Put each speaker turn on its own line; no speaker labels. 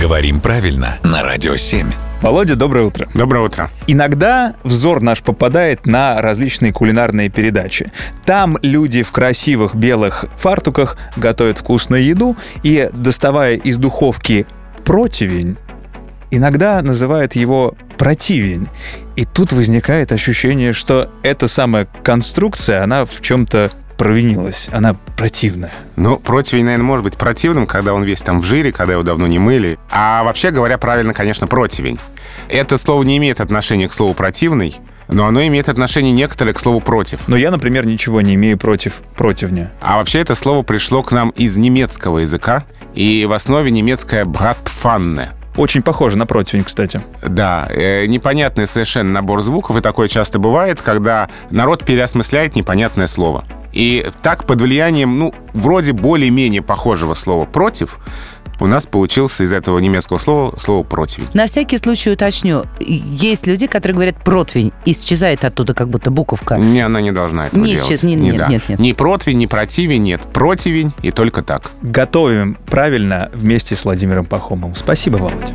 Говорим правильно на Радио 7.
Володя, доброе утро.
Доброе утро.
Иногда взор наш попадает на различные кулинарные передачи. Там люди в красивых белых фартуках готовят вкусную еду и, доставая из духовки противень, иногда называют его противень. И тут возникает ощущение, что эта самая конструкция, она в чем-то провинилась, она противная.
Ну, противень, наверное, может быть противным, когда он весь там в жире, когда его давно не мыли. А вообще говоря, правильно, конечно, противень. Это слово не имеет отношения к слову «противный», но оно имеет отношение некоторое к слову «против».
Но я, например, ничего не имею против противня.
А вообще это слово пришло к нам из немецкого языка, и в основе немецкое «братпфанне»,
Очень похоже на противень, кстати.
Да, э, непонятный совершенно набор звуков, и такое часто бывает, когда народ переосмысляет непонятное слово. И так под влиянием, ну, вроде более-менее похожего слова «против», у нас получился из этого немецкого слова слово «противень».
На всякий случай уточню. Есть люди, которые говорят «противень», исчезает оттуда как будто буковка.
Не, она не должна этого
Не
делать.
исчез- не- нет,
да.
нет, нет.
Ни противень, ни противень, нет. Противень и только так.
Готовим правильно вместе с Владимиром Пахомовым. Спасибо, Володя.